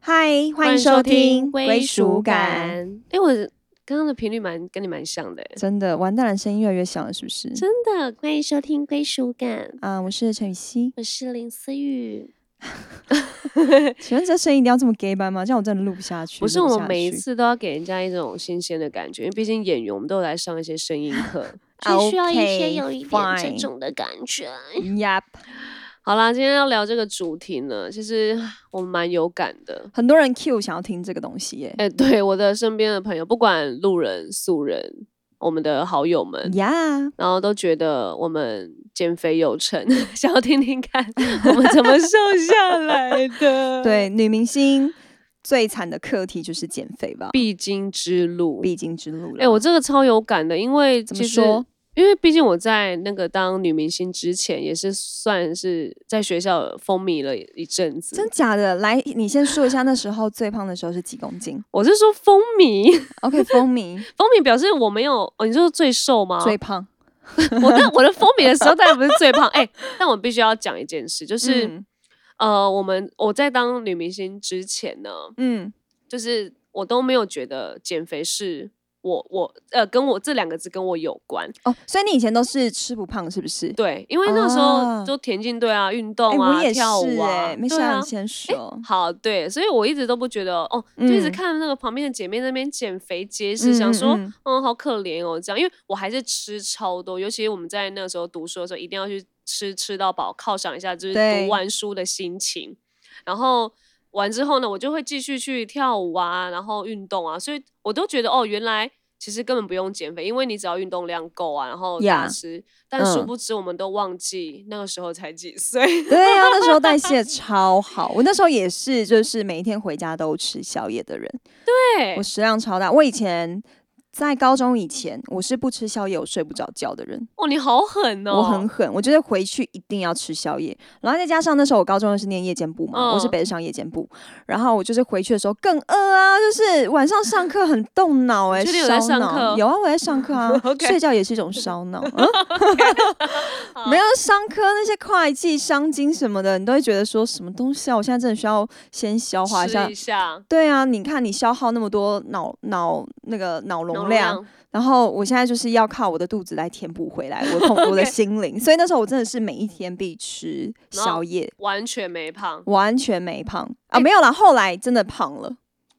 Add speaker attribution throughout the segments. Speaker 1: 嗨，欢迎收听《归属感》。。
Speaker 2: 哎、我刚刚的频率蛮跟你蛮像的欸，
Speaker 1: 真的，完蛋了，声音越来越响了，是不是？
Speaker 2: 真的。欢迎收听《归属感》，
Speaker 1: 啊、我是陈雨希。
Speaker 2: 我是林思雨。
Speaker 1: 请问这声音一定要这么 gay 班吗？这样我真的录不下去。
Speaker 2: 不是
Speaker 1: 录
Speaker 2: 我
Speaker 1: 下
Speaker 2: 们每一
Speaker 1: 去
Speaker 2: 次都要给人家一种新鲜的感觉，因为毕竟演员我们都有来上一些声音课，
Speaker 3: 就需要一些
Speaker 1: OK，
Speaker 3: 有一点这
Speaker 1: fine
Speaker 3: 种的感觉。
Speaker 1: Yep，
Speaker 2: 好啦，今天要聊这个主题呢，其实我们蛮有感的。
Speaker 1: 很多人 Q 想要听这个东西耶。
Speaker 2: 哎、对我的身边的朋友，不管路人、素人，我们的好友们，
Speaker 1: 呀，
Speaker 2: 然后都觉得我们减肥有成， 想要听听看我们怎么瘦下来的。
Speaker 1: 对，，女明星最惨的课题就是减肥吧，
Speaker 2: 必经之路。
Speaker 1: 必经之路了。
Speaker 2: 哎、我这个超有感的，因为
Speaker 1: 怎
Speaker 2: 怎
Speaker 1: 么说？
Speaker 2: 因为毕竟我在那个当女明星之前，也是算是在学校风靡了一阵子。
Speaker 1: 真假的？来，你先说一下那时候最胖的时候是几公斤
Speaker 2: 我是说风靡，
Speaker 1: ？OK，风靡
Speaker 2: 风靡表示我没有， 哦、你说最瘦吗？
Speaker 1: 最胖
Speaker 2: 我的我的风靡的时候当然不是 最胖。哎、但我必须要讲一件事，就是、
Speaker 1: 嗯
Speaker 2: 呃，我们我在当女明星之前呢，
Speaker 1: 嗯
Speaker 2: 就是我都没有觉得减肥是我我呃跟我这两个字跟我有关，
Speaker 1: 哦，所以你以前都是吃不胖是不是？
Speaker 2: 对，因为那个时候
Speaker 1: 啊
Speaker 2: 就田径队啊、运
Speaker 1: 哎
Speaker 2: 动啊、
Speaker 1: 我也是
Speaker 2: 跳舞啊，
Speaker 1: 哎，没
Speaker 2: 对
Speaker 1: 想到
Speaker 2: 啊
Speaker 1: 你先 说。
Speaker 2: 好，对，所以我一直都不觉得哦，就一直
Speaker 1: 嗯
Speaker 2: 看那个旁边的姐妹那边减肥节食，想
Speaker 1: 嗯
Speaker 2: 说
Speaker 1: 嗯
Speaker 2: 嗯好可怜哦这样，因为我还是吃超多，尤其我们在那个时候读书的时候，一定要去吃吃到饱，犒赏一下就是
Speaker 1: 对
Speaker 2: 读完书的心情。然后完之后呢，我就会继续去跳舞啊，然后运动啊，所以我都觉得哦，原来。其实根本不用减肥，因为你只要运动量够啊，然后大
Speaker 1: Yeah，
Speaker 2: 吃。但殊
Speaker 1: 嗯
Speaker 2: 不知，我们都忘记那个时候才几岁。
Speaker 1: 对啊，那时候代谢超好。我那时候也是，就是每一天回家都吃宵夜的人，
Speaker 2: 对
Speaker 1: 我，食量超大。我以前在高中以前，我是不吃宵夜我睡不着觉的人，
Speaker 2: 哦，你好狠哦！
Speaker 1: 我很狠。我觉得回去一定要吃宵夜，然后再加上那时候我高中的是念夜间部嘛，我是
Speaker 2: 嗯
Speaker 1: 北上夜间部，然后我就是回去的时候更饿啊，就是晚上上课很动脑哎、
Speaker 2: 你确定有在
Speaker 1: 烧
Speaker 2: 上
Speaker 1: 脑
Speaker 2: 课
Speaker 1: 有啊，我在上课啊
Speaker 2: OK
Speaker 1: 睡觉也是一种烧脑。 嗯没有商科那些会计、商经什么的，你都会觉得说什么东西啊？我现在真的需要先消化一下
Speaker 2: 吃一。下，
Speaker 1: 对啊，你看你消耗那么多脑脑那个脑容
Speaker 2: 容
Speaker 1: 量，
Speaker 2: 量
Speaker 1: 然后我现在就是要靠我的肚子来填补回来我的空我的心灵，所以那时候我真的是每一天必吃
Speaker 2: 然后哎
Speaker 1: 宵夜，
Speaker 2: 完全没胖。
Speaker 1: 完全没胖啊，没有啦，后来真的胖了，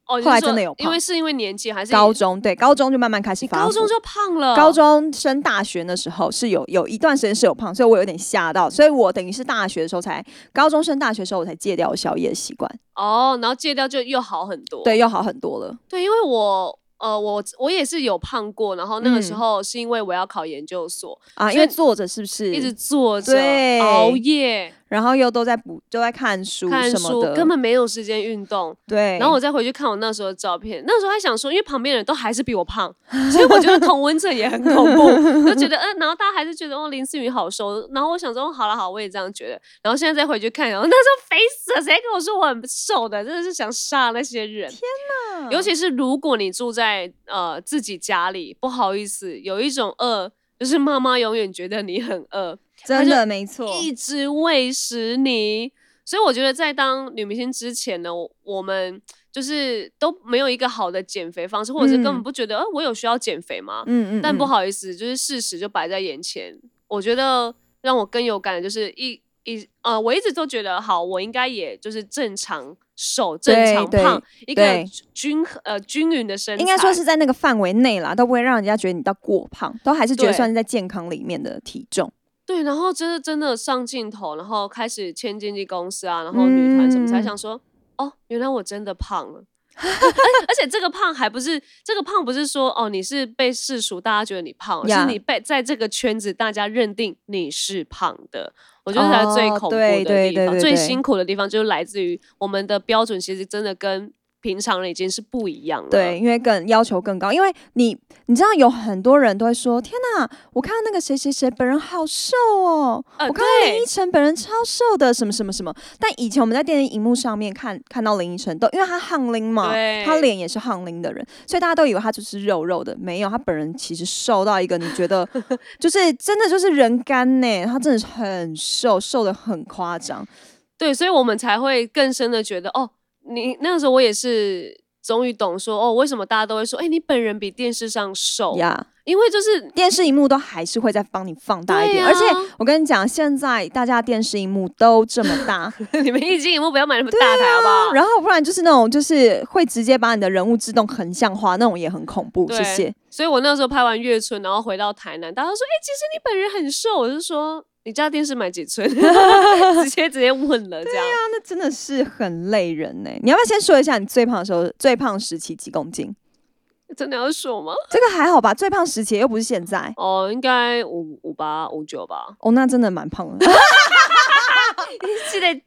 Speaker 2: 哦，
Speaker 1: 后
Speaker 2: 你是
Speaker 1: 来
Speaker 2: 说
Speaker 1: 真的有
Speaker 2: 因
Speaker 1: 胖
Speaker 2: 为是因为年纪还是
Speaker 1: 高
Speaker 2: 你
Speaker 1: 中对高中就慢慢开始
Speaker 2: 你
Speaker 1: 发
Speaker 2: 高中
Speaker 1: 福
Speaker 2: 就胖了，
Speaker 1: 高中升大学的时候是有有一段时间是有胖，所以我有点吓到，所以我等于是大学的时候才，高中升大学的时候我才戒掉宵夜的习惯，
Speaker 2: 哦，然后戒掉就又好很多。
Speaker 1: 对，又好很多了。
Speaker 2: 对，因为我。呃，我我也是有胖过，然后那个
Speaker 1: 嗯
Speaker 2: 时候是因为我要考研究所，
Speaker 1: 啊，因
Speaker 2: 所以
Speaker 1: 为坐着是不是？
Speaker 2: 一直坐
Speaker 1: 嗯
Speaker 2: 着
Speaker 1: 对
Speaker 2: 熬夜
Speaker 1: 然后又都在补，都在看书
Speaker 2: 看
Speaker 1: 什么
Speaker 2: 书，
Speaker 1: 的，
Speaker 2: 根本没有时间运动。
Speaker 1: 对。
Speaker 2: 然后我再回去看我那时候的照片，那时候还想说，因为旁边人都还是比我胖，所以我觉得同温层也很恐怖，就觉得嗯、呃然后大家还是觉得哦林思雨好瘦，然后我想说哦好了好，我也这样觉得，然后现在再回去看，然后那时候肥死了，谁跟我说我很瘦的，真的是想杀那些人。
Speaker 1: 啊
Speaker 2: 尤其是如果你住在呃自己家里，不好意思，有一种饿，就是妈妈永远觉得你很饿，
Speaker 1: 真的没错，
Speaker 2: 一直喂食你。所以我觉得在当女明星之前呢，我我们就是都没有一个好的减肥方式，或者是根本
Speaker 1: 嗯
Speaker 2: 不觉得，呃，我有需要减肥吗？
Speaker 1: 嗯嗯，
Speaker 2: 但不
Speaker 1: 嗯
Speaker 2: 好意思，就是事实就摆在眼前。我觉得让我更有感的就是一一呃，我一直都觉得好，我应该也就是正常瘦、正
Speaker 1: 对
Speaker 2: 常
Speaker 1: 对
Speaker 2: 胖，一个
Speaker 1: 对
Speaker 2: 均衡呃均匀的身材，
Speaker 1: 应该说是在那个范围内啦，都不会让人家觉得你到过胖，都还是觉得
Speaker 2: 对
Speaker 1: 算是在健康里面的体重。
Speaker 2: 对，然后真的真的上镜头，然后开始签经纪公司啊，然后女团什么，才
Speaker 1: 嗯
Speaker 2: 想说，哦，原来我真的胖了。 而且这个胖还不是这个胖，不是说哦你是被世俗大家觉得你胖，而
Speaker 1: Yeah
Speaker 2: 是你被在这个圈子大家认定你是胖的。我觉得才是最
Speaker 1: 哦
Speaker 2: 恐怖的
Speaker 1: 对对
Speaker 2: 地方，
Speaker 1: 对对
Speaker 2: 最
Speaker 1: 对
Speaker 2: 辛苦的地方就是来自于我们的标准，其实真的跟平常人已经是不一样了。
Speaker 1: 对，因为更要求更高，因为你你知道有很多人都会说，天哪，我看到那个谁谁谁本人好瘦哦，
Speaker 2: 呃，
Speaker 1: 我看到林
Speaker 2: 对
Speaker 1: 依，晨本人超瘦的，什么什么什么。但以前我们在电视荧幕上面看看到林依晨都，因为她胖龄嘛，
Speaker 2: 对
Speaker 1: 她脸也是胖龄的人，所以大家都以为她就是肉肉的，没有，她本人其实瘦到一个你觉得 就是真的就是人干呢、她真的是很瘦，瘦的很夸张。
Speaker 2: 对，所以我们才会更深的觉得，哦，你那个时候我也是终于懂说哦，为什么大家都会说，哎、你本人比电视上瘦
Speaker 1: 呀
Speaker 2: 因为就是
Speaker 1: 电视荧幕都还是会再帮你放大一
Speaker 2: 对
Speaker 1: 点，
Speaker 2: 啊
Speaker 1: 而且我跟你讲，现在大家电视荧幕都这么 大，
Speaker 2: 你们一进一幕不要买那么大台，好不好？
Speaker 1: 啊然后不然就是那种就是会直接把你的人物自动横向化，那种也很恐怖。
Speaker 2: 对
Speaker 1: 谢谢。
Speaker 2: 所以我那时候拍完《月春》，然后回到台南，大家都说：“哎、其实你本人很瘦。”我就说：“你家电视买几寸？” 直接直接问了这样。
Speaker 1: 那真的是很累人呢、你要不要先说一下你最胖的时候，最胖时期几公斤？
Speaker 2: 真的要说吗？
Speaker 1: 这个还好吧，最胖时期又不是现在。
Speaker 2: 哦，应该五五八五 九吧。
Speaker 1: 哦，那真的蛮胖 的，
Speaker 2: 记得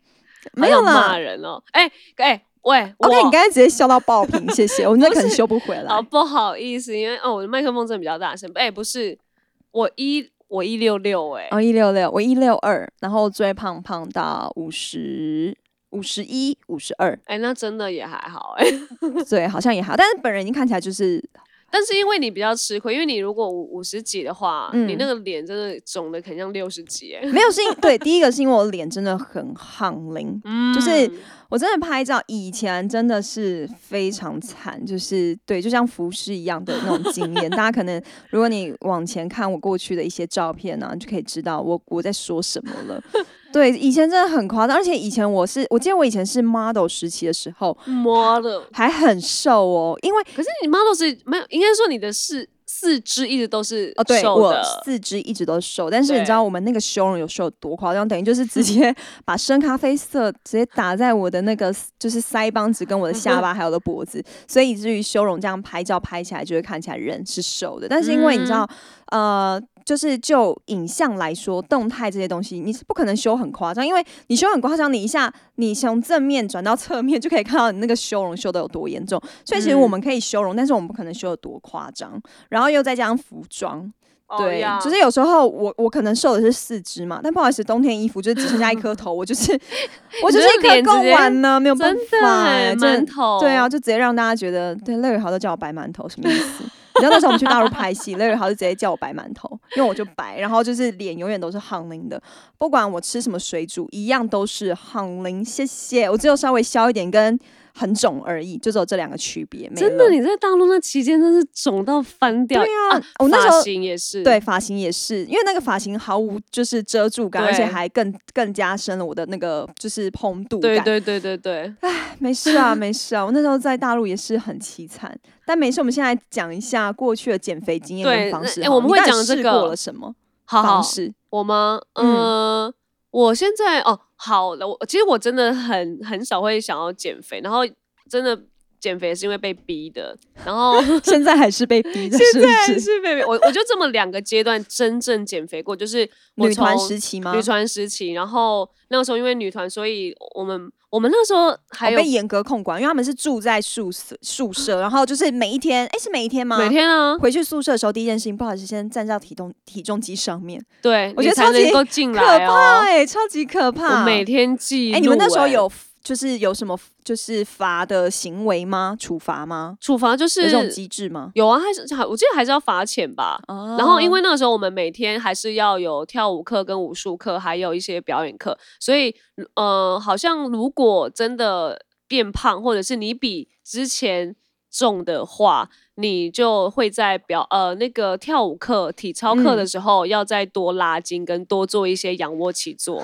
Speaker 1: 没有
Speaker 2: 哎骂
Speaker 1: 啦。
Speaker 2: 人哦。哎、哎、喂
Speaker 1: OK，
Speaker 2: 我
Speaker 1: 你刚才直接笑到爆屏，谢 谢。我们这
Speaker 2: 不
Speaker 1: 可能
Speaker 2: 是
Speaker 1: 修不回来
Speaker 2: 哦，。不好意思，因为哦，我的麦克风真的比较大声。哎、不是，我一我一六六哎，
Speaker 1: 哦，一六六，我一六二，然后最胖胖到五十五十一、五十二，
Speaker 2: 哎、那真的也还好哎、
Speaker 1: 对，好像也好，但是本人已经看起来就是
Speaker 2: 但是因为你比较吃亏，因为你如果五五十几的话，
Speaker 1: 嗯
Speaker 2: 你那个脸真的肿的很像六十几哎、
Speaker 1: 没有是因对，第一个是因为我脸真的很夯灵，
Speaker 2: 嗯
Speaker 1: 就是我真的拍照以前真的是非常惨，就是对，就像服饰一样的那种经验。大家可能如果你往前看我过去的一些照片呢、啊，你就可以知道我我在说什么了。对，以前真的很夸张，而且以前我是，我记得我以前是 model 时期的时候
Speaker 2: model。
Speaker 1: 还很瘦哦，因为
Speaker 2: 嗯可是你 model 是没有，应该说你的四四肢一直都是
Speaker 1: 哦，对
Speaker 2: 瘦
Speaker 1: 我
Speaker 2: 的，
Speaker 1: 四肢一直都瘦，但是你
Speaker 2: 对
Speaker 1: 知道我们那个修容有时候有多夸张，等于就是 直接把深咖啡色直接打在我的那个就是腮帮子跟我的下 巴还有我的脖子，所以以至于修容这样拍照拍起来就会看起来人是瘦的，但是因为你知道，
Speaker 2: 嗯
Speaker 1: 呃。就是就影像来说，动态这些东西你是不可能修很夸张，因为你修很夸张，你一下你从正面转到侧面就可以看到你那个修容修的有多严重。所以其实
Speaker 2: 嗯
Speaker 1: 我们可以修容，但是我们不可能修的多夸张。然后又再加上服装，
Speaker 2: 哦
Speaker 1: 对
Speaker 2: 呀
Speaker 1: 就是有时候我我可能瘦的是四肢嘛，但不好意思，冬天衣服就只剩下一颗头，我就是 我就是一
Speaker 2: 你的
Speaker 1: 颗
Speaker 2: 脸
Speaker 1: 贡
Speaker 2: 直接
Speaker 1: 丸呢，没有办
Speaker 2: 真的
Speaker 1: 法、欸，
Speaker 2: 欸
Speaker 1: 真
Speaker 2: 馒
Speaker 1: 的
Speaker 2: 头，
Speaker 1: 对啊，，就直接让大家觉得对乐宇豪都叫我白馒头什么意思？ 你知道那时候我们去大陆拍戏，乐宇豪就直接叫我白馒头，因为我就白，然后就是脸永远都是杭林的，不管我吃什么水煮，一样都是杭林。谢谢，我只有稍微消一点跟很肿而已，就只有这两个区别。没
Speaker 2: 真的
Speaker 1: 了
Speaker 2: 你在大陆那期间真是肿到翻掉，
Speaker 1: 对啊
Speaker 2: 啊，
Speaker 1: 我那时
Speaker 2: 发
Speaker 1: 候
Speaker 2: 型也是，
Speaker 1: 对，发型也是，因为那个发型毫无就是遮住感，而且
Speaker 2: 对
Speaker 1: 还更更加深了我的那个就是蓬度
Speaker 2: 对
Speaker 1: 感。
Speaker 2: 对对对对，
Speaker 1: 没事啊，没事啊，我那时候在大陆也是很凄惨，但没事。我们现在讲一下过去的减肥经验
Speaker 2: 对
Speaker 1: 跟方
Speaker 2: 那
Speaker 1: 式
Speaker 2: 哎
Speaker 1: 好了。
Speaker 2: 我们
Speaker 1: 你
Speaker 2: 会
Speaker 1: 到底
Speaker 2: 讲这
Speaker 1: 试
Speaker 2: 个
Speaker 1: 过了什么
Speaker 2: 好好
Speaker 1: 方，式？
Speaker 2: 我吗？
Speaker 1: 嗯
Speaker 2: 呃，我现在哦，好了，我其实我真的很很少会想要减肥，然后真的减肥是因为被逼的，然后
Speaker 1: 现在 还是被逼的，是
Speaker 2: 现在
Speaker 1: 不是？
Speaker 2: 是被逼，我我就这么两个阶段真正减肥过，就是 我
Speaker 1: 女团
Speaker 2: 从
Speaker 1: 时期吗？哦
Speaker 2: 女团时期，然后那个时候因为女团，所以我们我们那时候还
Speaker 1: 哦
Speaker 2: 有
Speaker 1: 被严格控管，因为他们是住在宿舍宿舍，然后就是每一天，哎、是每一天吗？
Speaker 2: 每天啊，
Speaker 1: 回去宿舍的时候，第一件事情不好意思，先站到体重体重机上面，
Speaker 2: 对，
Speaker 1: 我觉
Speaker 2: 你
Speaker 1: 得
Speaker 2: 才
Speaker 1: 超级
Speaker 2: 能够进
Speaker 1: 可
Speaker 2: 来
Speaker 1: 怕
Speaker 2: 哦。
Speaker 1: 哎、超级可怕！
Speaker 2: 我每天记
Speaker 1: 哎、
Speaker 2: 录、
Speaker 1: 你们那时候
Speaker 2: 哎
Speaker 1: 有就是有什么就是罚的行为吗？处罚吗？
Speaker 2: 处罚就
Speaker 1: 有
Speaker 2: 是
Speaker 1: 这种机制吗？
Speaker 2: 有啊，还是还我记得还是要罚钱吧。
Speaker 1: 哦
Speaker 2: 然后，因为那个时候我们每天还是要有跳舞课、跟武术课，还有一些表演课，所以呃，好像如果真的变胖，或者是你比之前重的话，你就会在表呃那个跳舞课、体操课
Speaker 1: 嗯
Speaker 2: 的时候，要再多拉筋，跟多做一些仰卧起 坐，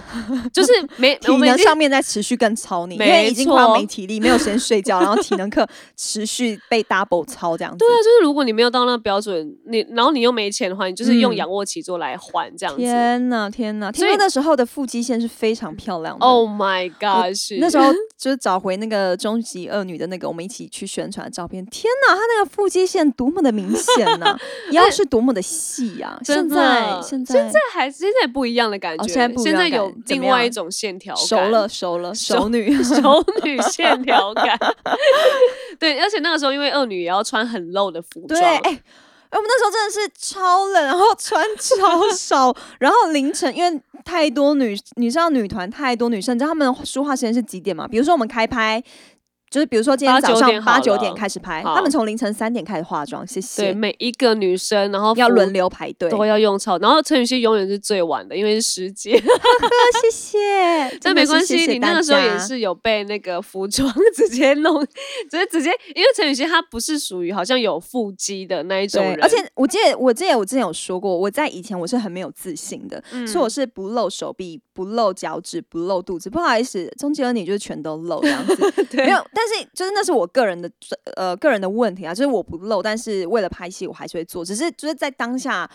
Speaker 2: 就是没我
Speaker 1: 体
Speaker 2: 们已
Speaker 1: 能
Speaker 2: 经
Speaker 1: 上面在持续更操你，因
Speaker 2: 没
Speaker 1: 为已经快要
Speaker 2: 错
Speaker 1: 没体力，没有时间睡觉，然后体能课持续被 double 操这样子。
Speaker 2: 对啊，就是如果你没有到那个标准，你然后你又没钱的话，你就是用
Speaker 1: 嗯
Speaker 2: 仰卧起坐来还这样子。
Speaker 1: 天呐天呐！听
Speaker 2: 所以
Speaker 1: 说那时候的腹肌线是非常漂亮的。
Speaker 2: Oh my gosh！
Speaker 1: 那时候就是找回那个终极恶女的那个我们一起去宣传的照片。天呐，她那个腹肌线多么的明显 呐、腰是多么的细呀、现
Speaker 2: 哎真
Speaker 1: 在
Speaker 2: 的
Speaker 1: 现在
Speaker 2: 现在还现在不一样的感觉，
Speaker 1: 哦现在不一样的感觉
Speaker 2: 有
Speaker 1: 怎
Speaker 2: 另
Speaker 1: 么
Speaker 2: 外
Speaker 1: 样
Speaker 2: 一种线条感，
Speaker 1: 熟了熟了
Speaker 2: 熟
Speaker 1: 熟女
Speaker 2: 熟女线条 感。对，而且那个时候因为恶女也要穿很露的服
Speaker 1: 对，
Speaker 2: 装，
Speaker 1: 哎、我们那时候真的是超冷，然后穿 超少，然后凌晨因为太多女，你知道女团太多女生，你知道她们说话时间是几点吗？比如说我们开拍。就是比如说今天
Speaker 2: 八九
Speaker 1: 早上
Speaker 2: 点好
Speaker 1: 八九
Speaker 2: 了
Speaker 1: 点开始拍，
Speaker 2: 好
Speaker 1: 他们从凌晨三点开始化妆，谢
Speaker 2: 对
Speaker 1: 谢，
Speaker 2: 每一个女生，然后
Speaker 1: 要
Speaker 2: 服
Speaker 1: 轮流排队，
Speaker 2: 都要用超，然后陈雨希永远是最晚的，因为是师姐。
Speaker 1: 谢 谢，真
Speaker 2: 但
Speaker 1: 的
Speaker 2: 没
Speaker 1: 是
Speaker 2: 关
Speaker 1: 谢
Speaker 2: 系，
Speaker 1: 谢
Speaker 2: 你那
Speaker 1: 大
Speaker 2: 个时候也
Speaker 1: 家
Speaker 2: 是有被那个服装 直接弄，直接直接，因为陈雨希她不是属于好像有腹肌的那一种
Speaker 1: 对，
Speaker 2: 人，
Speaker 1: 而且我记得，我记得我之前有说过，我在以前我是很没有自信的，
Speaker 2: 嗯
Speaker 1: 所以我是不露手臂、不露脚趾、不露肚子。不好意思，钟杰恩你就是全都露这样子，
Speaker 2: 对
Speaker 1: 没有。但是就是那是我个人的呃个人的问题啊，就是我不露，但是为了拍戏我还是会做，只是就是在当下。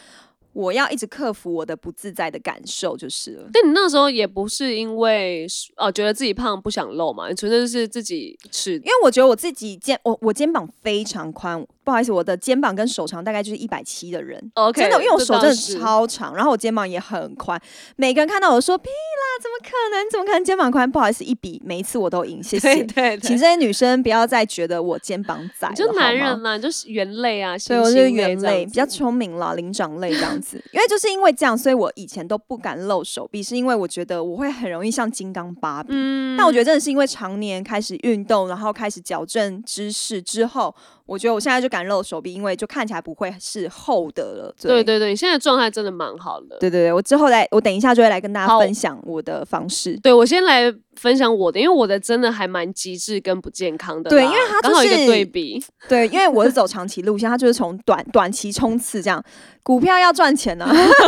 Speaker 1: 我要一直克服我的不自在的感受，就是了。
Speaker 2: 但你那时候也不是因为哦、觉得自己胖不想露嘛，你纯粹是自己吃
Speaker 1: 因为我觉得我自己肩，我我肩膀非常宽，不好意思，我的肩膀跟手长大概就是一百七的人，
Speaker 2: 哦 OK，
Speaker 1: 真的，因为我
Speaker 2: 这
Speaker 1: 手
Speaker 2: 倒
Speaker 1: 真的
Speaker 2: 是
Speaker 1: 超长，然后我肩膀也很宽。每个人看到我说屁啦，怎么可能？怎么可能肩膀宽？不好意思，一比每一次我都赢，谢
Speaker 2: 对
Speaker 1: 谢。
Speaker 2: 对
Speaker 1: 请这
Speaker 2: 对，
Speaker 1: 些女生不要再觉得我肩膀窄了，
Speaker 2: 你就男
Speaker 1: 好
Speaker 2: 人
Speaker 1: 吗。
Speaker 2: 嘛，你就是猿类啊，
Speaker 1: 所以
Speaker 2: 猩
Speaker 1: 我
Speaker 2: 猩
Speaker 1: 是猿
Speaker 2: 这样
Speaker 1: 类，比较
Speaker 2: 子
Speaker 1: 聪明啦，灵长类这样子。因为就是因为这样，所以我以前都不敢露手臂，是因为我觉得我会很容易像金刚芭比。
Speaker 2: 嗯
Speaker 1: 但我觉得真的是因为常年开始运动，然后开始矫正姿势之后，我觉得我现在就敢露手臂，因为就看起来不会是厚的了。
Speaker 2: 对对对，你现在的状态真的蛮好的。
Speaker 1: 对对对，我之后来，我等一下就会来跟大家
Speaker 2: 好
Speaker 1: 分享我的方式。
Speaker 2: 对，我先来分享我的，因为我的真的还蛮极致跟不健康的啦。
Speaker 1: 对因为它
Speaker 2: 刚好一
Speaker 1: 就
Speaker 2: 个
Speaker 1: 是
Speaker 2: 对比，
Speaker 1: 对，因为我是走长期路线，他就是从短短期冲刺这样，股票要赚钱 呢、啊， 我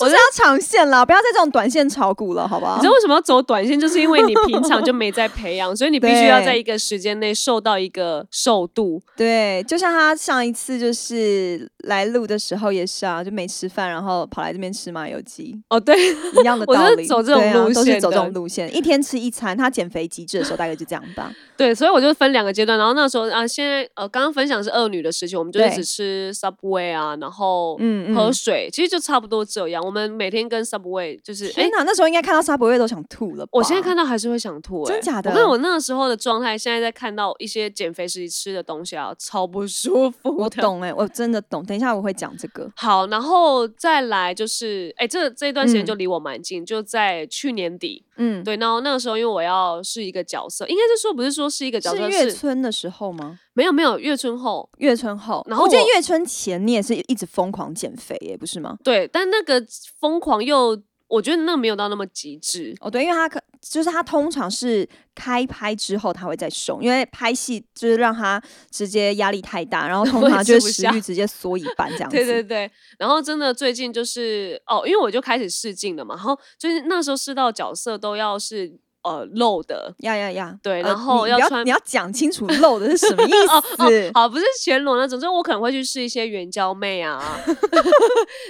Speaker 2: 我
Speaker 1: 是
Speaker 2: 是
Speaker 1: 要长线啦，不要再这种短线炒股了，好不好
Speaker 2: 你知？道为什么要走短线？就是因为你平常就没在培养，所以你必须要在一个时间内瘦到一个瘦度。
Speaker 1: 对，就像他上一次就是来录的时候也是啊，就没吃饭，然后跑来这边吃麻油鸡，
Speaker 2: 哦，对，
Speaker 1: 一样的
Speaker 2: 我就
Speaker 1: 道
Speaker 2: 是
Speaker 1: 理。
Speaker 2: 走这种
Speaker 1: 对啊
Speaker 2: 路
Speaker 1: 都是
Speaker 2: 线
Speaker 1: 走这
Speaker 2: 的
Speaker 1: 种路线，一天吃一餐。他减肥极致的时候大概就这样吧。
Speaker 2: 对，所以我就分两个阶段。然后那时候啊，现在呃，刚刚分享是二女的事情，我们就是
Speaker 1: 对
Speaker 2: 只吃 Subway 啊，然后
Speaker 1: 嗯
Speaker 2: 喝
Speaker 1: 嗯。
Speaker 2: 水，其实就差不多这样。我们每天跟 Subway 就是，哎
Speaker 1: 天，哪，那时候应该看到沙博味都想吐了吧。
Speaker 2: 我现在看到还是会想吐、欸，
Speaker 1: 真假的
Speaker 2: 我看我那个时候的状态，现在在看到一些减肥时期吃的东西啊，超不舒服
Speaker 1: 我
Speaker 2: 的。
Speaker 1: 懂哎、我真的懂。等一下我会讲这个。
Speaker 2: 好，然后再来就是，哎、这这一段时间
Speaker 1: 嗯
Speaker 2: 就离我蛮近，就在去年底。
Speaker 1: 嗯，
Speaker 2: 对，然后那个时候因为我要是一个角色，应该是说不是说是一个角
Speaker 1: 是
Speaker 2: 色，
Speaker 1: 月
Speaker 2: 是
Speaker 1: 春的时候吗？
Speaker 2: 没有没有月春后，
Speaker 1: 月春后，
Speaker 2: 然后
Speaker 1: 我记得
Speaker 2: 我
Speaker 1: 月春前你也是一直疯狂减肥耶，不是吗？
Speaker 2: 对，但那个疯狂又，我觉得那没有到那么极致。
Speaker 1: 哦，对，因为他可就是他通常是开拍之后他会再瘦，因为拍戏就是让他直接压力太大， 然后通
Speaker 2: 我也
Speaker 1: 常
Speaker 2: 吃
Speaker 1: 就
Speaker 2: 不
Speaker 1: 是食
Speaker 2: 下
Speaker 1: 欲直接缩一半这样子。
Speaker 2: 对对对，然后真的最近就是哦，因为我就开始试镜了嘛，然后最近那时候试到角色都要是呃露的，
Speaker 1: 呀呀呀！
Speaker 2: 对
Speaker 1: 呃
Speaker 2: 然后
Speaker 1: 你
Speaker 2: 要
Speaker 1: 你要
Speaker 2: 穿
Speaker 1: 你要讲清楚露的是什么意
Speaker 2: 哦
Speaker 1: 思？
Speaker 2: 好，不是全裸那种，就是我可能会去试一些援交妹啊，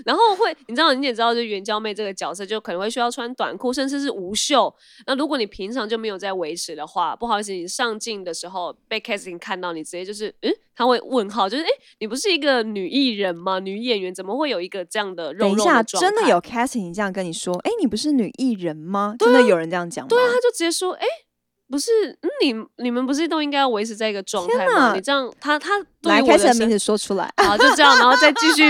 Speaker 2: 然后会，你知道，你也知道，就援交妹这个角色，就可能会需要穿短裤，甚至是无袖。那如果你平常就没有在维持的话，不好意思，你上镜的时候被 casting 看到，你直接就是，嗯，他会问号，就是，哎，你不是一个女艺人吗？女演员怎么会有一个这样的肉
Speaker 1: 等
Speaker 2: 肉
Speaker 1: 一
Speaker 2: 的
Speaker 1: 下，
Speaker 2: 状
Speaker 1: 真的
Speaker 2: 态
Speaker 1: 有 casting 这样跟你说，哎，你不是女艺人吗？真的有人这样讲吗？
Speaker 2: 对啊，他就直接说，哎、不是，嗯你你们不是都应该要维持在一个状态
Speaker 1: 哪
Speaker 2: 吗？你这样，他他对于
Speaker 1: 来，
Speaker 2: 我
Speaker 1: 开始
Speaker 2: 的
Speaker 1: 的
Speaker 2: 身
Speaker 1: 名字说出来。
Speaker 2: 好，就这样，然后再继续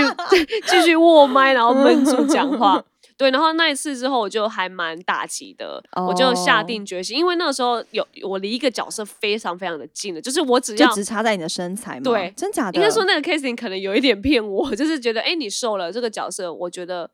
Speaker 2: 继续握麦，然后闷住讲 话。对，然后那一次之后，我就还蛮打击的我就下
Speaker 1: 哦
Speaker 2: 定决心，因为那个时候有我离一个角色非常非常的近了，就是我只
Speaker 1: 就
Speaker 2: 要
Speaker 1: 只差在你的身材吗？
Speaker 2: 对
Speaker 1: 真假的？
Speaker 2: 应该说那个 casting 可能有一点骗我，就是觉得哎、诶你瘦了，这个角色我觉得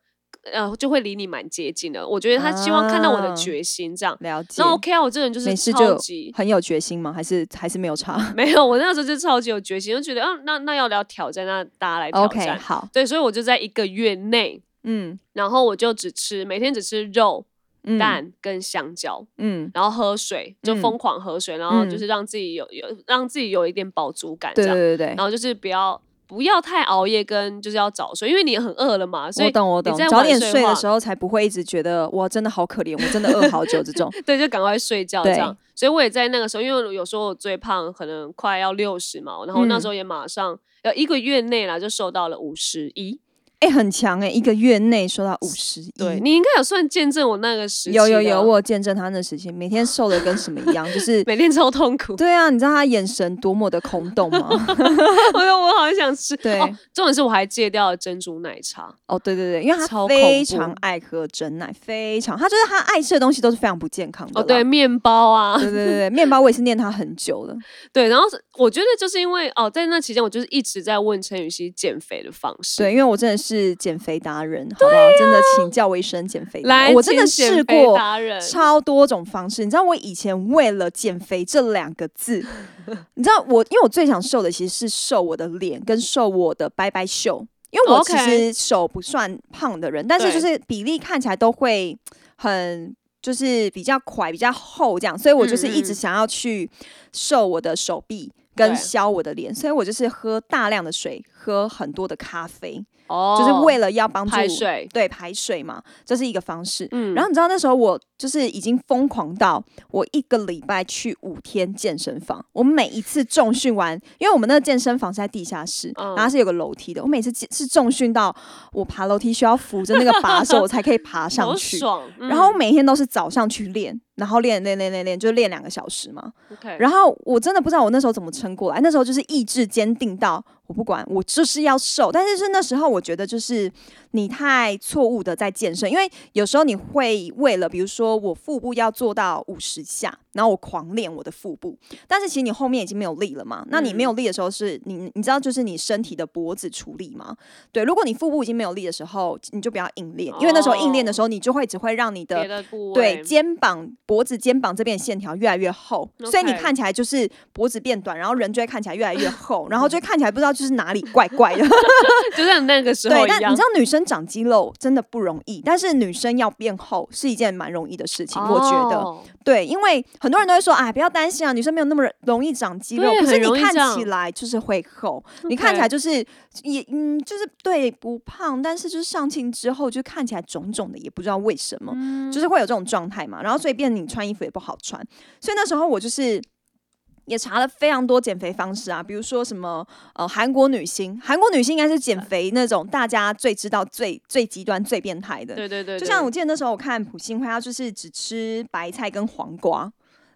Speaker 2: 呃就会离你蛮接近的。我觉得他希望看到我的
Speaker 1: 啊
Speaker 2: 决心这样。
Speaker 1: 了解。
Speaker 2: 那 OK 啊，我这个人就是
Speaker 1: 没事
Speaker 2: 超
Speaker 1: 就
Speaker 2: 级
Speaker 1: 很有决心吗？还是还是没有差
Speaker 2: 没有，我那时候就超级有决心，就觉得啊，那那要聊挑战，那大家来挑
Speaker 1: ？OK，
Speaker 2: 战。
Speaker 1: 好，
Speaker 2: 对，所以我就在一个月内，
Speaker 1: 嗯
Speaker 2: 然后我就只吃每天只吃肉、
Speaker 1: 嗯，
Speaker 2: 蛋跟香蕉，
Speaker 1: 嗯，
Speaker 2: 然后喝水，就
Speaker 1: 嗯
Speaker 2: 疯狂喝水，然后
Speaker 1: 嗯
Speaker 2: 就是让自己有有让自己有一点饱足感这
Speaker 1: 对
Speaker 2: 样，
Speaker 1: 对对
Speaker 2: 然后就是不要不要太熬夜，跟就是要早睡，因为你很饿了嘛，所
Speaker 1: 对，我
Speaker 2: 以
Speaker 1: 懂我
Speaker 2: 你
Speaker 1: 懂
Speaker 2: 在，
Speaker 1: 早
Speaker 2: 晚
Speaker 1: 点
Speaker 2: 睡
Speaker 1: 睡的
Speaker 2: 话
Speaker 1: 时候才不会一直觉得哇真的好可怜，我真的饿好久这 种。
Speaker 2: 对就赶快睡觉
Speaker 1: 对
Speaker 2: 这样。所以我也在那个时候，因为有时候我最胖可能快要六十嘛，然后那
Speaker 1: 嗯
Speaker 2: 时候也马上呃一个月内啦就瘦到了五十一，
Speaker 1: 哎、很强哎、一个月内瘦到五十一。
Speaker 2: 对你应该有算见证我那个时期
Speaker 1: 有有
Speaker 2: 的
Speaker 1: 有，我有见证他那时期，每天瘦的跟什么一样， 就是
Speaker 2: 每天超痛苦。
Speaker 1: 对啊，你知道他眼神多么的空洞 吗？
Speaker 2: 我说哎我好想吃。
Speaker 1: 对
Speaker 2: 哦，重点是我还戒掉了珍珠奶茶。
Speaker 1: 哦，对对对，因为他
Speaker 2: 超
Speaker 1: 非
Speaker 2: 恐怖
Speaker 1: 常爱喝真奶，非常他就是他爱吃的东西都是非常不健康的啦。
Speaker 2: 哦，对，面包啊，
Speaker 1: 对对对对，面包我也是念他很久了。
Speaker 2: 对。然后是我觉得就是因为哦，在那期间我就是一直在问陈雨希减肥的方式。
Speaker 1: 对，因为我真的是减肥达人，好不好？真的，请叫我一声减肥达人。
Speaker 2: 来，
Speaker 1: 我真的
Speaker 2: 请减
Speaker 1: 试
Speaker 2: 肥
Speaker 1: 过
Speaker 2: 达人。
Speaker 1: 超多种方式。你知道我以前为了减肥这两个 字，你知道我因为我最想瘦的其实是瘦我的脸跟瘦我的拜拜袖，因为我其
Speaker 2: 哦 OK
Speaker 1: 实手不算胖的人，但是
Speaker 2: 对
Speaker 1: 就是比例看起来都会很。就是比较垮、比较厚这样，所以我就是一直
Speaker 2: 嗯嗯
Speaker 1: 想要去瘦我的手臂跟
Speaker 2: 对
Speaker 1: 削我的脸，所以我就是喝大量的水，喝很多的咖啡，
Speaker 2: 哦，
Speaker 1: 就是为了要帮助
Speaker 2: 排水。
Speaker 1: 对排水嘛，这是一个方式。
Speaker 2: 嗯
Speaker 1: 然后你知道那时候我就是已经疯狂到我一个礼拜去五天健身房，我每一次重训完，因为我们那个健身房是在地下室，
Speaker 2: 嗯
Speaker 1: 然后它是有个楼梯的，我每次健是重训到我爬楼梯需要扶着那个把 手我才可以爬上
Speaker 2: 好
Speaker 1: 去。
Speaker 2: 爽。嗯
Speaker 1: 然后每天都是早上去练，然后练练练练练，就练两个小时嘛。
Speaker 2: OK
Speaker 1: 然后我真的不知道我那时候怎么撑过来，那时候就是意志坚定到我不管，我就是要瘦。但是是那时候我觉得就是你太错误的在健身，因为有时候你会为了比如说我腹部要做到五十下，然后我狂练我的腹部，但是其实你后面已经没有力了嘛。那你没有力的时候是你你知道就是你身体的脖子出力吗？对，如果你腹部已经没有力的时候，你就不要硬练，因为那时候硬练的时候你就会只会让你的
Speaker 2: 别的部位
Speaker 1: 对，肩膀、脖子、肩膀这边的线条越来越厚
Speaker 2: OK
Speaker 1: 所以你看起来就是脖子变短，然后人就会看起来越来 越厚，然后就会看起来不知道就是哪里怪怪的。
Speaker 2: 就像那个时候
Speaker 1: 对，
Speaker 2: 一
Speaker 1: 但你
Speaker 2: 样
Speaker 1: 知。道女生长肌肉真的不容易，但是女生要变厚是一件蛮容易的事情，我觉得。
Speaker 2: 哦
Speaker 1: 对，因为很多人都会说，哎，不要担心啊，女生没有那么容易长肌肉，
Speaker 2: 对
Speaker 1: 可是
Speaker 2: 很
Speaker 1: 你
Speaker 2: 容易这
Speaker 1: 看
Speaker 2: 样
Speaker 1: 起来就是会厚，你看起来就是也嗯，就是对不胖，但是就是上镜之后就看起来肿肿的，也不知道为什么。
Speaker 2: 嗯
Speaker 1: 就是会有这种状态嘛。然后所以变你穿衣服也不好穿，所以那时候我就是。也查了非常多减肥方式啊，比如说什么呃韩国女星，韩国女星应该是减肥那种大家最知道最最极端最变态的，
Speaker 2: 对对对，
Speaker 1: 就
Speaker 2: 对
Speaker 1: 像我记得那时候我看朴信惠，她就是只吃白菜跟黄瓜。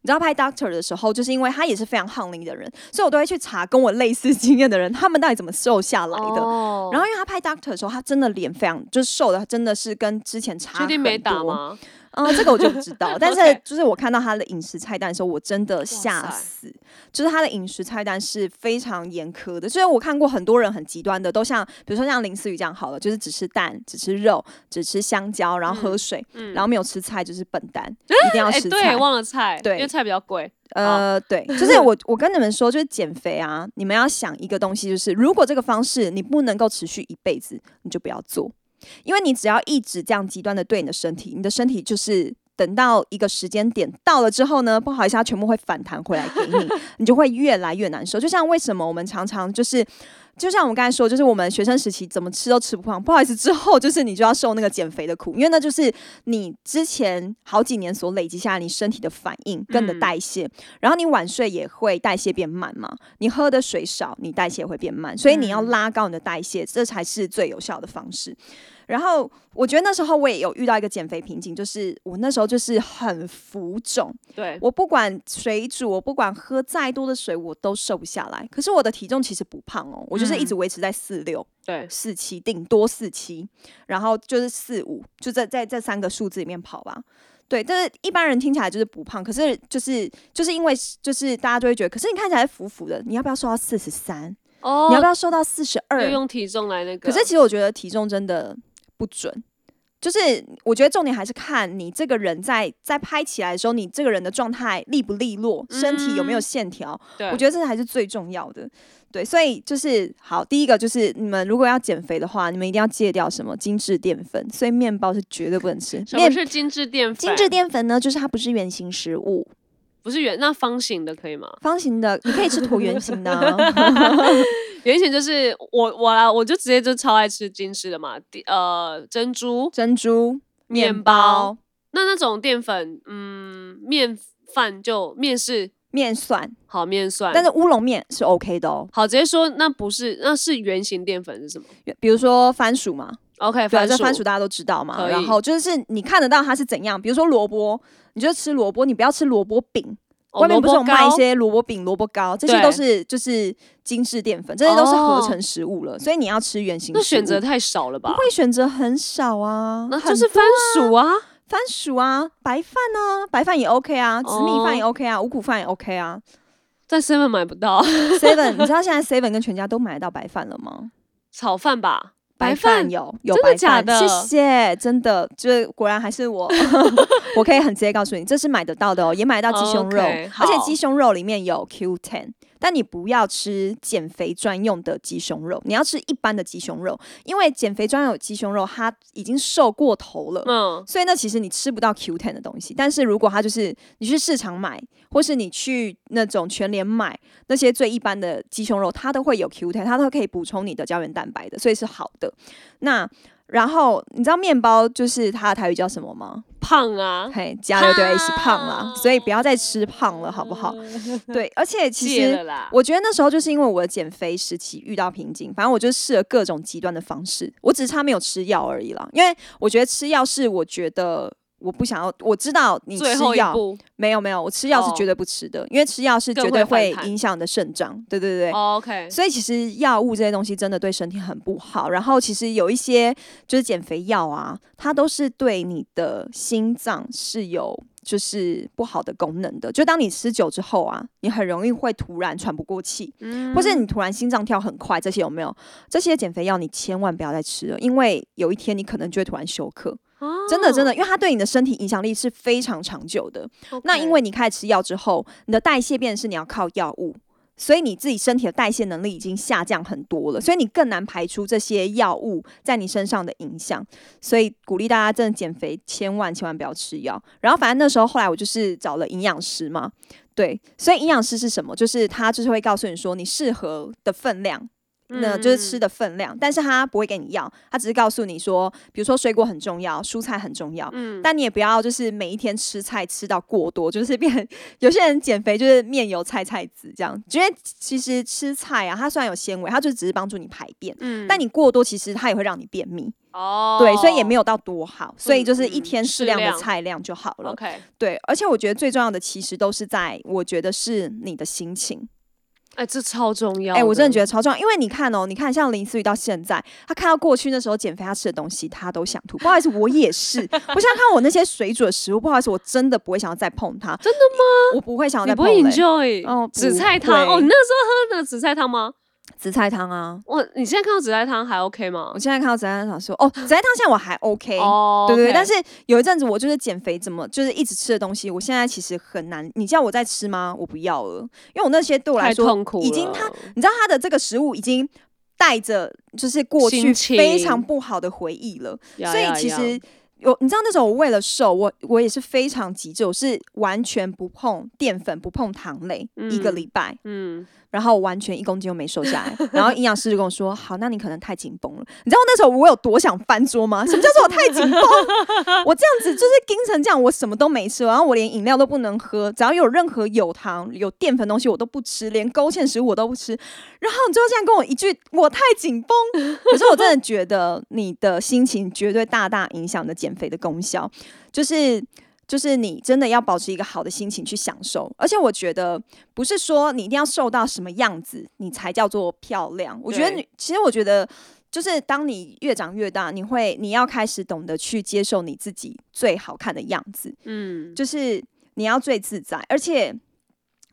Speaker 1: 你知道拍 Doctor 的时候，就是因为她也是非常抗龄的人，所以我都会去查跟我类似 经验的人，他们到底怎么瘦下来的。
Speaker 2: 哦
Speaker 1: 然后因为她拍 Doctor 的时候，她真的脸非常就是瘦的，真的是跟之前差
Speaker 2: 确
Speaker 1: 很多。
Speaker 2: 定没打吗？
Speaker 1: 嗯，这个我就不知 道。但是
Speaker 2: OK
Speaker 1: 就是我看到他的饮食菜单的时候，我真的吓
Speaker 2: 哇塞
Speaker 1: 死。就是他的饮食菜单是非常严苛的，虽然我看过很多人很极端的，都像比如说像林思雨这样好了，就是只吃蛋、只吃肉、只吃香蕉，然后喝水，
Speaker 2: 嗯
Speaker 1: 然后没有吃菜就是笨 蛋，一定要
Speaker 2: 哎，
Speaker 1: 吃菜。
Speaker 2: 对，忘了菜，
Speaker 1: 对
Speaker 2: 因为菜比较贵。
Speaker 1: 呃，对，就是我我跟你们说，就是减肥啊，你们要想一个东西，就是如果这个方式你不能够持续一辈子，你就不要做，因为你只要一直这样极端的对你的身体，你的身体就是。等到一个时间点到了之后呢，不好意思，它全部会反弹回来给你，你就会越来越难受。就像为什么我们常常就是，就像我们刚才说，就是我们学生时期怎么吃都吃不胖，不好意思，之后就是你就要受那个减肥的苦，因为那就是你之前好几年所累积下来你身体的反应跟你的
Speaker 2: 嗯
Speaker 1: 代谢，然后你晚睡也会代谢变慢嘛，你喝的水少，你代谢会变慢，所以你要
Speaker 2: 嗯
Speaker 1: 拉高你的代谢，这才是最有效的方式。然后我觉得那时候我也有遇到一个减肥瓶颈，就是我那时候就是很浮肿，
Speaker 2: 对，
Speaker 1: 我不管水煮，我不管喝再多的水，我都瘦不下来。可是我的体重其实不胖哦，我就是一直维持在四六、
Speaker 2: 对，
Speaker 1: 四七，顶多四七，然后就是四五，就在在这三个数字里面跑吧。对，但是一般人听起来就是不胖，可是就是就是因为就是大家就会觉得，可是你看起来浮浮的，你要不要瘦到四十三？
Speaker 2: 哦，
Speaker 1: 你要不要瘦到四十二
Speaker 2: 就？用体重来那个？
Speaker 1: 可是其实我觉得体重真的不准，就是我觉得重点还是看你这个人在在拍起来的时候，你这个人的状态利不利落，身体有没有
Speaker 2: 嗯
Speaker 1: 线条，
Speaker 2: 对，
Speaker 1: 我觉得这才是最重要的。对，所以就是好，第一个就是你们如果要减肥的话，你们一定要戒掉什么精致淀粉，所以面包是绝对不能吃。
Speaker 2: 什么
Speaker 1: 面
Speaker 2: 是精致淀粉？
Speaker 1: 精致淀粉呢，就是它不是原型食物，
Speaker 2: 不是圆，那方形的可以吗？
Speaker 1: 方形的你可以吃椭圆形的啊、
Speaker 2: 圆形就是我我啦，我就直接就超爱吃精致的嘛，第呃，珍珠、
Speaker 1: 珍珠、
Speaker 2: 面
Speaker 1: 包
Speaker 2: 包。那那种淀粉，嗯，面饭就面是
Speaker 1: 面蒜，
Speaker 2: 好面蒜，
Speaker 1: 但是乌龙面是 OK 的哦。
Speaker 2: 好直接说那不是那是圆形淀粉是什么
Speaker 1: 比如说番薯嘛，
Speaker 2: ？OK，
Speaker 1: 对啊，
Speaker 2: 番
Speaker 1: 这
Speaker 2: 薯
Speaker 1: 番薯大家都知道嘛。
Speaker 2: 可以
Speaker 1: 然后就是你看得到它是怎样，比如说萝卜，你就吃萝卜，你不要吃萝卜饼。
Speaker 2: 哦
Speaker 1: 外面不是有
Speaker 2: 萝卜
Speaker 1: 卖一
Speaker 2: 糕
Speaker 1: 些萝卜饼、萝卜糕，这些
Speaker 2: 对
Speaker 1: 都是就是精致淀粉，这些都是合
Speaker 2: 哦
Speaker 1: 成食物了，所以你要吃原形食物。
Speaker 2: 那选择太少了吧
Speaker 1: 不？会选择很少啊，
Speaker 2: 那
Speaker 1: 很
Speaker 2: 就是番薯啊，
Speaker 1: 番薯啊、白饭啊、白饭也 OK 啊，紫米
Speaker 2: 哦
Speaker 1: 饭也 OK 啊，五谷饭也 OK 啊。
Speaker 2: 在 seven 买不到
Speaker 1: Seven，你知道现在 Seven 跟全家都买得到白饭了吗？
Speaker 2: 炒饭吧？白
Speaker 1: 饭
Speaker 2: 饭
Speaker 1: 有有
Speaker 2: 真的
Speaker 1: 白
Speaker 2: 假
Speaker 1: 饭，
Speaker 2: 的
Speaker 1: 谢谢，真的，就是果然还是 我，我可以很直接告诉你，这是买得到的哦，也买得到鸡胸肉
Speaker 2: OK，
Speaker 1: 而且
Speaker 2: 好
Speaker 1: 鸡胸肉里面有 Q ten，但你不要吃减肥专用的鸡胸肉，你要吃一般的鸡胸肉，因为减肥专用的鸡胸肉它已经瘦过头了。
Speaker 2: 嗯，
Speaker 1: 所以那其实你吃不到 Q ten 的东西，但是如果它就是你去市场买，或是你去那种全联买那些最一般的鸡胸肉，它都会有 Q ten，它都可以补充你的胶原蛋白的，所以是好的。那然后你知道面包就是它的台语叫什么吗？
Speaker 2: 胖啊，
Speaker 1: 嘿，加了对一起胖啦，
Speaker 2: 胖
Speaker 1: 所以不要再吃胖了，好不好？对，而且其实
Speaker 2: 戒啊嗯了啦。
Speaker 1: 我觉得那时候就是因为我的减肥时期遇到瓶颈，反正我就试了各种极端的方式，我只是差没有吃药而已啦。因为我觉得吃药是我觉得我不想要，我知道你吃
Speaker 2: 最后一
Speaker 1: 药
Speaker 2: 步
Speaker 1: 没有没有，我吃药是
Speaker 2: 哦
Speaker 1: 绝对不吃的，因为吃药是
Speaker 2: 更
Speaker 1: 绝对
Speaker 2: 会
Speaker 1: 会
Speaker 2: 反弹
Speaker 1: 影响你的肾脏。对对对。
Speaker 2: 哦，OK，
Speaker 1: 所以其实药物这些东西真的对身体很不好，然后其实有一些就是减肥药啊，它都是对你的心脏是有就是不好的功能的。就当你吃久之后啊，你很容易会突然喘不过气，
Speaker 2: 嗯
Speaker 1: 或是你突然心脏跳很快，这些有没有？这些减肥药你千万不要再吃了，因为有一天你可能就会突然休克。
Speaker 2: 哦
Speaker 1: 真的真的，因为它对你的身体影响力是非常长久的。
Speaker 2: 哦
Speaker 1: 那
Speaker 2: OK
Speaker 1: 因为你开始吃药之后，你的代谢变成是你要靠药物，所以你自己身体的代谢能力已经下降很多了，所以你更难排出这些药物在你身上的影响。所以鼓励大家真的减肥，千万千万不要吃药。然后反正那时候后来我就是找了营养师嘛，对，所以营养师是什么？就是他就是会告诉你说你适合的分量。那就是吃
Speaker 2: 的，
Speaker 1: 的分量，但是他不会给你药，他只是告诉你说，比如说水果很重要，蔬菜很重要，
Speaker 2: 嗯
Speaker 1: 但你也不要就是每一天吃菜吃到过多，就是变有些人减肥就是面油菜菜籽这样，因为其实吃菜啊，它虽然有纤维，它就只是帮助你排便。
Speaker 2: 嗯
Speaker 1: 但你过多，其实它也会让你便秘，
Speaker 2: 哦，
Speaker 1: 对，所以也没有到多好，所以就是一
Speaker 2: 嗯
Speaker 1: 天适
Speaker 2: 适
Speaker 1: 量的
Speaker 2: 量
Speaker 1: 菜量就好了。
Speaker 2: OK。
Speaker 1: 对，而且我觉得最重要的其实都是在，我觉得是你的心情。
Speaker 2: 哎，这超重要。
Speaker 1: 哎、我真的觉
Speaker 2: 得，
Speaker 1: 得超重要，因为你看哦，你看像林思雨到现在，她看到过去那时候减肥她吃的东西，她都想吐。不好意思，我也是， 我想想看我那些水煮的食物，不好意思，我真的不会想要再碰它。
Speaker 2: 真的
Speaker 1: 我不会想要
Speaker 2: 你
Speaker 1: 再
Speaker 2: 不
Speaker 1: 碰、
Speaker 2: 会
Speaker 1: 欸。
Speaker 2: enjoy
Speaker 1: 哦不
Speaker 2: 紫菜汤哦？
Speaker 1: 会
Speaker 2: 你那时候喝的紫菜汤吗？
Speaker 1: 紫菜汤啊，
Speaker 2: 哇，你现在看到紫菜汤还 OK 吗
Speaker 1: 我？现在看到紫菜汤想说，哦，紫菜汤现在我还 OK。
Speaker 2: 哦，
Speaker 1: 对对对
Speaker 2: OK
Speaker 1: 但是有一阵子我就是减肥，怎么就是一直吃的东西，我现在其实很难。你叫我再吃吗？我不要了，因为我那些对我来
Speaker 2: 太
Speaker 1: 说
Speaker 2: 痛苦了，
Speaker 1: 已经它你知道他的这个食物已经带着就是过去
Speaker 2: 心情
Speaker 1: 非常不好的回忆了，
Speaker 2: 呀
Speaker 1: 所以
Speaker 2: 呀
Speaker 1: 其
Speaker 2: 呀
Speaker 1: 实。有，你知道那时候我为了瘦，我我也是非常极致，我是完全不碰淀粉、不碰糖类、一个
Speaker 2: 嗯
Speaker 1: 礼拜，
Speaker 2: 嗯，
Speaker 1: 然后完全一公斤都没瘦下来。然后营养师就跟我说：“好，那你可能太紧绷了。”你知道那时候我有多想翻桌吗？什么叫做我太紧绷？ 我这样子就是盯成这样，我什么都没吃，然后我连饮料都不能喝，只要有任何有糖、有淀粉东西我都不吃，连勾芡食物我都不吃。然后你最后这样跟我一句“我太紧绷”，可是我真的觉得你的心情绝对大大影响你的减肥的功效，就是。就是你真的要保持一个好的心情去享受，而且我觉得不是说你一定要瘦到什么样子你才叫做漂亮。我觉得
Speaker 2: 对
Speaker 1: 你，其实我觉得就是当你越长越大，你会你要开始懂得去接受你自己最好看的样子，
Speaker 2: 嗯，
Speaker 1: 就是你要最自在。而且，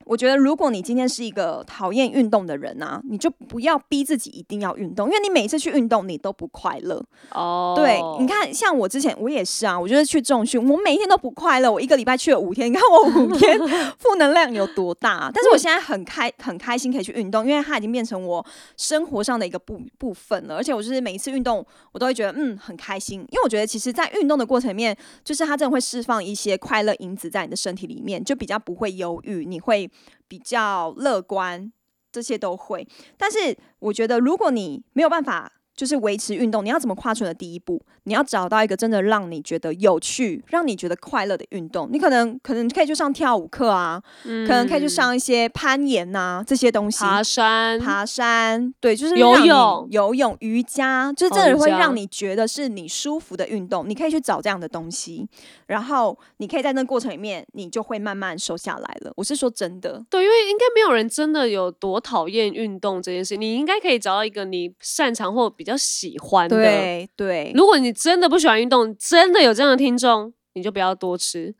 Speaker 1: 我觉得如果你今天是一个讨厌运动的人啊，你就不要逼自己一定要运动，因为你每一次去运动你都不快乐。
Speaker 2: 哦，
Speaker 1: 对，你，看，像我之前我也是啊，我就是去重训，我每一天都不快乐，我一个礼拜去了五天，你看我五天负能量有多大啊、但是我现在很开很开心可以去运动，因为它已经变成我生活上的一个部部分了，而且我就是每一次运动，我都会觉得嗯很开心，因为我觉得其实，在运动的过程里面，就是它真的会释放一些快乐因子在你的身体里面，就比较不会忧郁，你会比较乐观，这些都会。但是我觉得，如果你没有办法就是维持运动，你要怎么跨出你的第一步？你要找到一个真的让你觉得有趣、让你觉得快乐的运动。你可能可能可以去上跳舞课啊，
Speaker 2: 嗯
Speaker 1: 可能可以去上一些攀岩呐、这些东西。
Speaker 2: 爬山，
Speaker 1: 爬山，对，就是
Speaker 2: 游
Speaker 1: 让你
Speaker 2: 泳
Speaker 1: 游泳、瑜伽，就是真
Speaker 2: 哦
Speaker 1: 的
Speaker 2: 瑜
Speaker 1: 会
Speaker 2: 伽
Speaker 1: 让你觉得是你舒服的运动。你可以去找这样的东西，然后你可以在那个过程里面，你就会慢慢瘦下来了。我是说真的，
Speaker 2: 对，因为应该没有人真的有多讨厌运动这件事，你应该可以找到一个你擅长或比较喜欢的。，
Speaker 1: 对对，
Speaker 2: 如果你真的不喜欢运动，真的有这样的听众，你就不要多 吃，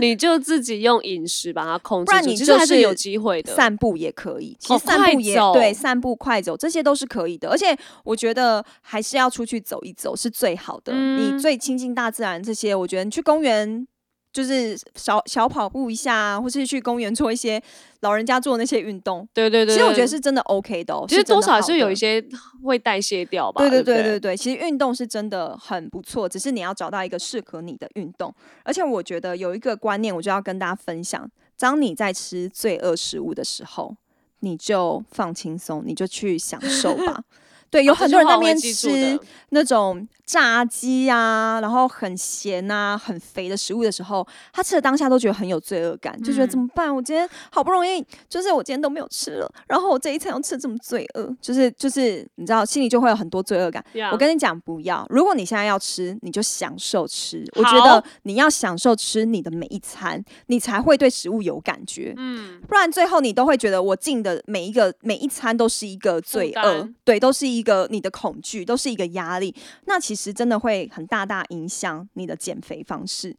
Speaker 2: 你就自己用饮食把它控制住，
Speaker 1: 不然你
Speaker 2: 其
Speaker 1: 就
Speaker 2: 实还
Speaker 1: 是
Speaker 2: 是有机会的。
Speaker 1: 散步也可以，其
Speaker 2: 哦
Speaker 1: 实散
Speaker 2: 快
Speaker 1: 步也、
Speaker 2: 走
Speaker 1: 对，散步快走这些都是可以的，而且我觉得还是要出去走一走是最好的。
Speaker 2: 嗯
Speaker 1: 你最亲近大自然这些，我觉得你去公园就是小小跑步一下啊，或是去公园做一些老人家做的那些运动，
Speaker 2: 对对对，
Speaker 1: 其实我觉
Speaker 2: 对
Speaker 1: 得是真的 OK 的、哦，
Speaker 2: 其实
Speaker 1: 真
Speaker 2: 多
Speaker 1: 的
Speaker 2: 少还
Speaker 1: 好
Speaker 2: 是有
Speaker 1: 的
Speaker 2: 一。些会代谢掉吧。
Speaker 1: 对
Speaker 2: 对
Speaker 1: 对
Speaker 2: 不
Speaker 1: 对对对，其实运动是真的很不错，只是你要找到一个适合你的运动。而且我觉得有一个观念，我就要跟大家分享：当你在吃罪恶食物的时候，你就放轻松，你就去享受吧。 对，有
Speaker 2: 哦啊这
Speaker 1: 很
Speaker 2: 句
Speaker 1: 多人
Speaker 2: 话
Speaker 1: 在那
Speaker 2: 我
Speaker 1: 边
Speaker 2: 会记住
Speaker 1: 吃
Speaker 2: 的
Speaker 1: 那种炸鸡啊，然后很咸啊、很肥的食物的时候，他吃的当下都觉得很有罪恶感，就觉得
Speaker 2: 嗯
Speaker 1: 怎么办？我今天好不容易，就是我今天都没有吃了，然后我这一餐要吃得这么罪恶，就是就是你知道，心里就会有很多罪恶感。
Speaker 2: 呀
Speaker 1: 我跟你讲，不要。如果你现在要吃，你就享受吃。我觉
Speaker 2: 好
Speaker 1: 得你要享受吃你的每一餐，你才会对食物有感觉。
Speaker 2: 嗯，
Speaker 1: 不然最后你都会觉得我进的每一个每一餐都是一个罪恶
Speaker 2: 担，
Speaker 1: 对，都是一个你的恐惧，都是一个压力。那其实真的会很大大影响你的减肥方式。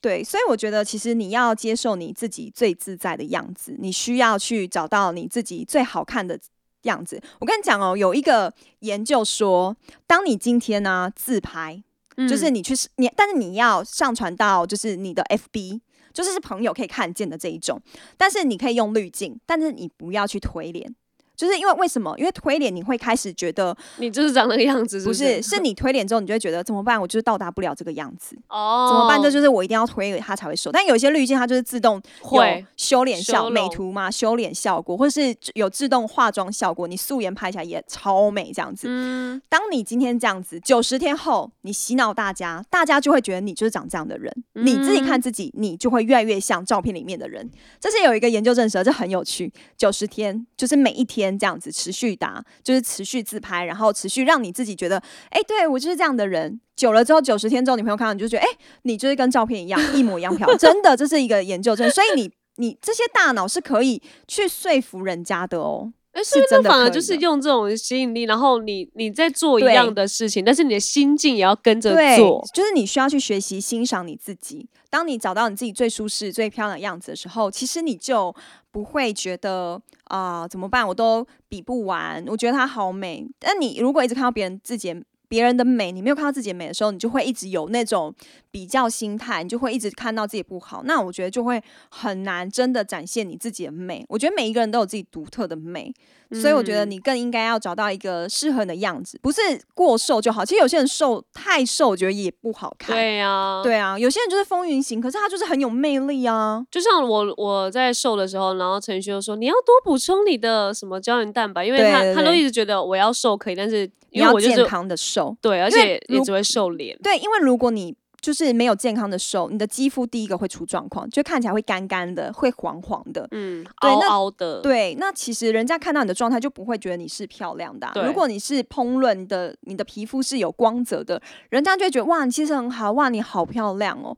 Speaker 1: 对，所以我觉得其实你要接受你自己最自在的样子，你需要去找到你自己最好看的样子。我跟你讲哦，有一个研究说，当你今天呢、自拍，就是
Speaker 2: 嗯
Speaker 1: 你去是你，但是你要上传到就是你的 FB，就是是朋友可以看见的这一种，但是你可以用滤镜，但是你不要去推脸。就是因为为什么？因为推脸你会开始觉得
Speaker 2: 你就是长那个样子，
Speaker 1: 不
Speaker 2: 是
Speaker 1: 是，是你推脸之后，你就会觉得怎么办？我就是到达不了这个样子，
Speaker 2: 哦，
Speaker 1: 怎么办？这就是我一定要推给它才会瘦。但有一些滤镜它就是自动有
Speaker 2: 会
Speaker 1: 修脸效
Speaker 2: 修
Speaker 1: 美
Speaker 2: 容
Speaker 1: 图嘛，修脸效果，或是有自动化妆效果，你素颜拍起来也超美这样子。
Speaker 2: 嗯，
Speaker 1: 当你今天这样子，九十天后你洗脑大家，大家就会觉得你就是长这样的人。
Speaker 2: 嗯
Speaker 1: 你自己看自己，你就会越来越像照片里面的人。这是有一个研究证实的，这很有趣。九十天就是每一天这样子持续打，就是持续自拍，然后持续让你自己觉得，哎、对我就是这样的人。久了之后，九十天之后，你朋友看到你就觉得，哎、你就是跟照片一样，一模一样 漂亮。真的，这是一个研究证，所以你你这些大脑是可以去说服人家的哦。
Speaker 2: 哎，
Speaker 1: 是
Speaker 2: 所以那
Speaker 1: 真的
Speaker 2: 反而
Speaker 1: 可以
Speaker 2: 就是
Speaker 1: 的
Speaker 2: 用这种吸引力，然后你你在做一
Speaker 1: 对
Speaker 2: 样的事情，但是你的心境也要跟着
Speaker 1: 对
Speaker 2: 做，，
Speaker 1: 就是你需要去学习欣赏你自己。当你找到你自己最舒适、最漂亮的样子的时候，其实你就不会觉得啊、怎么办？我都比不完，我觉得她好美。但你如果一直看到别人自己的别人的美，你没有看到自己的美的时候，你就会一直有那种比较心态，你就会一直看到自己不好。那我觉得就会很难真的展现你自己的美。我觉得每一个人都有自己独特的美，所以我觉得
Speaker 2: 嗯
Speaker 1: 你更应该要找到一个适合你的样子，不是过瘦就好。其实有些人瘦太瘦，我觉得也不好看。
Speaker 2: 对呀、
Speaker 1: 对啊，有些人就是风云型，可是他就是很有魅力啊。
Speaker 2: 就像我我在瘦的时候，然后陈宇就说你要多补充你的什么胶原蛋白，因为
Speaker 1: 对
Speaker 2: 他
Speaker 1: 对
Speaker 2: 他都
Speaker 1: 对
Speaker 2: 一直觉得我要瘦可以，但是
Speaker 1: 你
Speaker 2: 因为
Speaker 1: 要
Speaker 2: 我就
Speaker 1: 健
Speaker 2: 是
Speaker 1: 康的瘦，
Speaker 2: 对，而
Speaker 1: 因为
Speaker 2: 且也
Speaker 1: 如
Speaker 2: 只会瘦脸，
Speaker 1: 对，因为如果你就是没有健康的瘦，你的肌肤第一个会出状况，就看起来会干干的，会黄黄的。
Speaker 2: 嗯，
Speaker 1: 对
Speaker 2: 凹
Speaker 1: 那
Speaker 2: 凹的，
Speaker 1: 对，那其实人家看到你的状态就不会觉得你是漂亮的啊、
Speaker 2: 对
Speaker 1: 如果你是烹饪的，你的皮肤是有光泽的，人家就会觉得哇，你其实很好，哇，你好漂亮哦。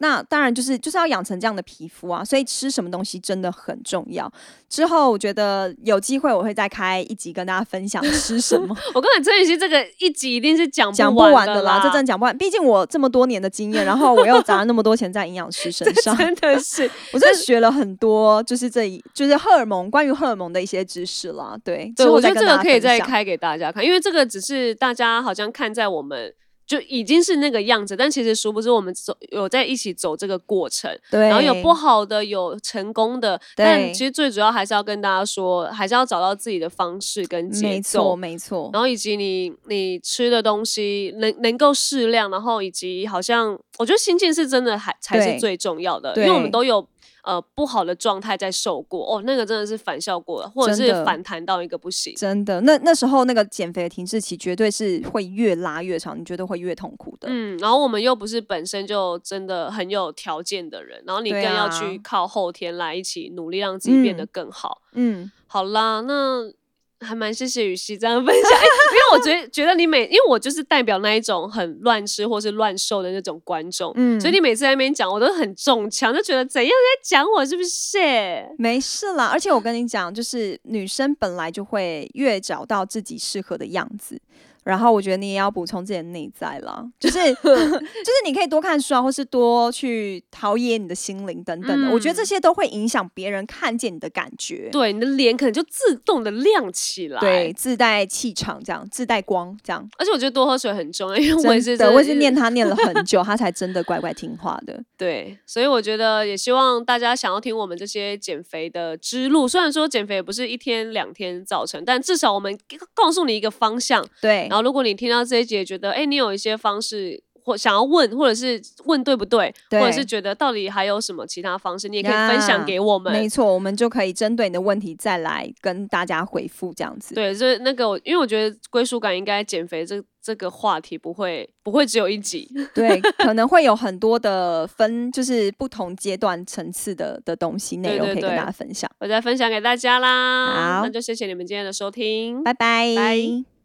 Speaker 1: 那当然就是就是要养成这样的皮肤啊，所以吃什么东西真的很重要。之后我觉得有机会我会再开一集跟大家分享吃什 么，
Speaker 2: 我跟你陈雨希这个一集一定是讲
Speaker 1: 讲不
Speaker 2: 不
Speaker 1: 完
Speaker 2: 的
Speaker 1: 的啦，这真的讲不完。毕竟我这么多年的经验，然后我又砸了那么多钱在营养师 身上，
Speaker 2: 真的是，
Speaker 1: 我真的学了很多，就是这一就是荷尔蒙关于荷尔蒙的一些知识啦。对，
Speaker 2: 对
Speaker 1: 之后
Speaker 2: 我觉
Speaker 1: 再
Speaker 2: 得
Speaker 1: 跟
Speaker 2: 这个
Speaker 1: 大家
Speaker 2: 可以
Speaker 1: 分
Speaker 2: 再
Speaker 1: 享。
Speaker 2: 开给大家看，因为这个只是大家好像看在我们就已经是那个样子，但其实殊不知我们走有在一起走这个过程，
Speaker 1: 对，
Speaker 2: 然后有不好的，有成功的，但
Speaker 1: 对
Speaker 2: 其实最主要还是要跟大家说，还是要找到自己的方式跟节
Speaker 1: 没错，
Speaker 2: 奏，
Speaker 1: 没错，
Speaker 2: 然后以及你你吃的东西能能够适量，然后以及好像我觉得心境是真的还才是
Speaker 1: 对
Speaker 2: 最重要的，因为我们
Speaker 1: 对
Speaker 2: 都有呃不好的状态在受过，哦，那个真的是反效果了，或者
Speaker 1: 真
Speaker 2: 是
Speaker 1: 的
Speaker 2: 反弹到一个不行。
Speaker 1: 真的，那那时候那个减肥的停滞期绝对是会越拉越长，你绝对会越痛苦的。
Speaker 2: 嗯，然后我们又不是本身就真的很有条件的人，然后你更
Speaker 1: 对
Speaker 2: 要
Speaker 1: 啊
Speaker 2: 去靠后天来一起努力让自己变得
Speaker 1: 嗯
Speaker 2: 更好。
Speaker 1: 嗯，
Speaker 2: 好啦，那还蛮谢谢雨熙这样分享，哎因为我觉得觉得你每，因为我就是代表那一种很乱吃或是乱瘦的那种观众，
Speaker 1: 嗯
Speaker 2: 所以你每次在那边讲，我都很中枪，就觉得怎样在讲我是不是？
Speaker 1: 没事啦。而且我跟你讲，就是女生本来就会越找到自己适合的样子。然后我觉得你也要补充自己的内在啦，就是 就是你可以多看书啊，或是多去陶冶你的心灵等等的。我觉得
Speaker 2: 嗯
Speaker 1: 这些都会影响别人看见你的感觉，
Speaker 2: 对，你的脸可能就自动的亮起来。
Speaker 1: 对，，自带气场这样，自带光这样。
Speaker 2: 而且我觉得多喝水很重要，因为我也是
Speaker 1: 真的，
Speaker 2: 真
Speaker 1: 我也是
Speaker 2: 一直
Speaker 1: 念他念了很久，他才真的乖乖听话 的。
Speaker 2: 对，所以我觉得也希望大家想要听我们这些减肥的之路，虽然说减肥也不是一天两天造成，但至少我们告诉你一个方向。
Speaker 1: 对
Speaker 2: 然，后如果你听到这一集也觉得，哎，你有一些方式或想要问，或者是问对不对，或者
Speaker 1: 对
Speaker 2: 是觉得到底还有什么其他方式，你也可以
Speaker 1: 呀
Speaker 2: 分享给我们。
Speaker 1: 没错，我们就可以针对你的问题再来跟大家回复这样子。
Speaker 2: 对，就是那个我，因为我觉得归属感应该减肥这这个话题不会不会只有一集，
Speaker 1: 对，可能会有很多的分，就是不同阶段层次的的东西内容可
Speaker 2: 对
Speaker 1: 以
Speaker 2: 对
Speaker 1: 跟
Speaker 2: 对
Speaker 1: 大家分享。
Speaker 2: 我再分享给大家啦。
Speaker 1: 好
Speaker 2: 那就谢谢你们今天的收听，
Speaker 1: 拜拜。
Speaker 2: 拜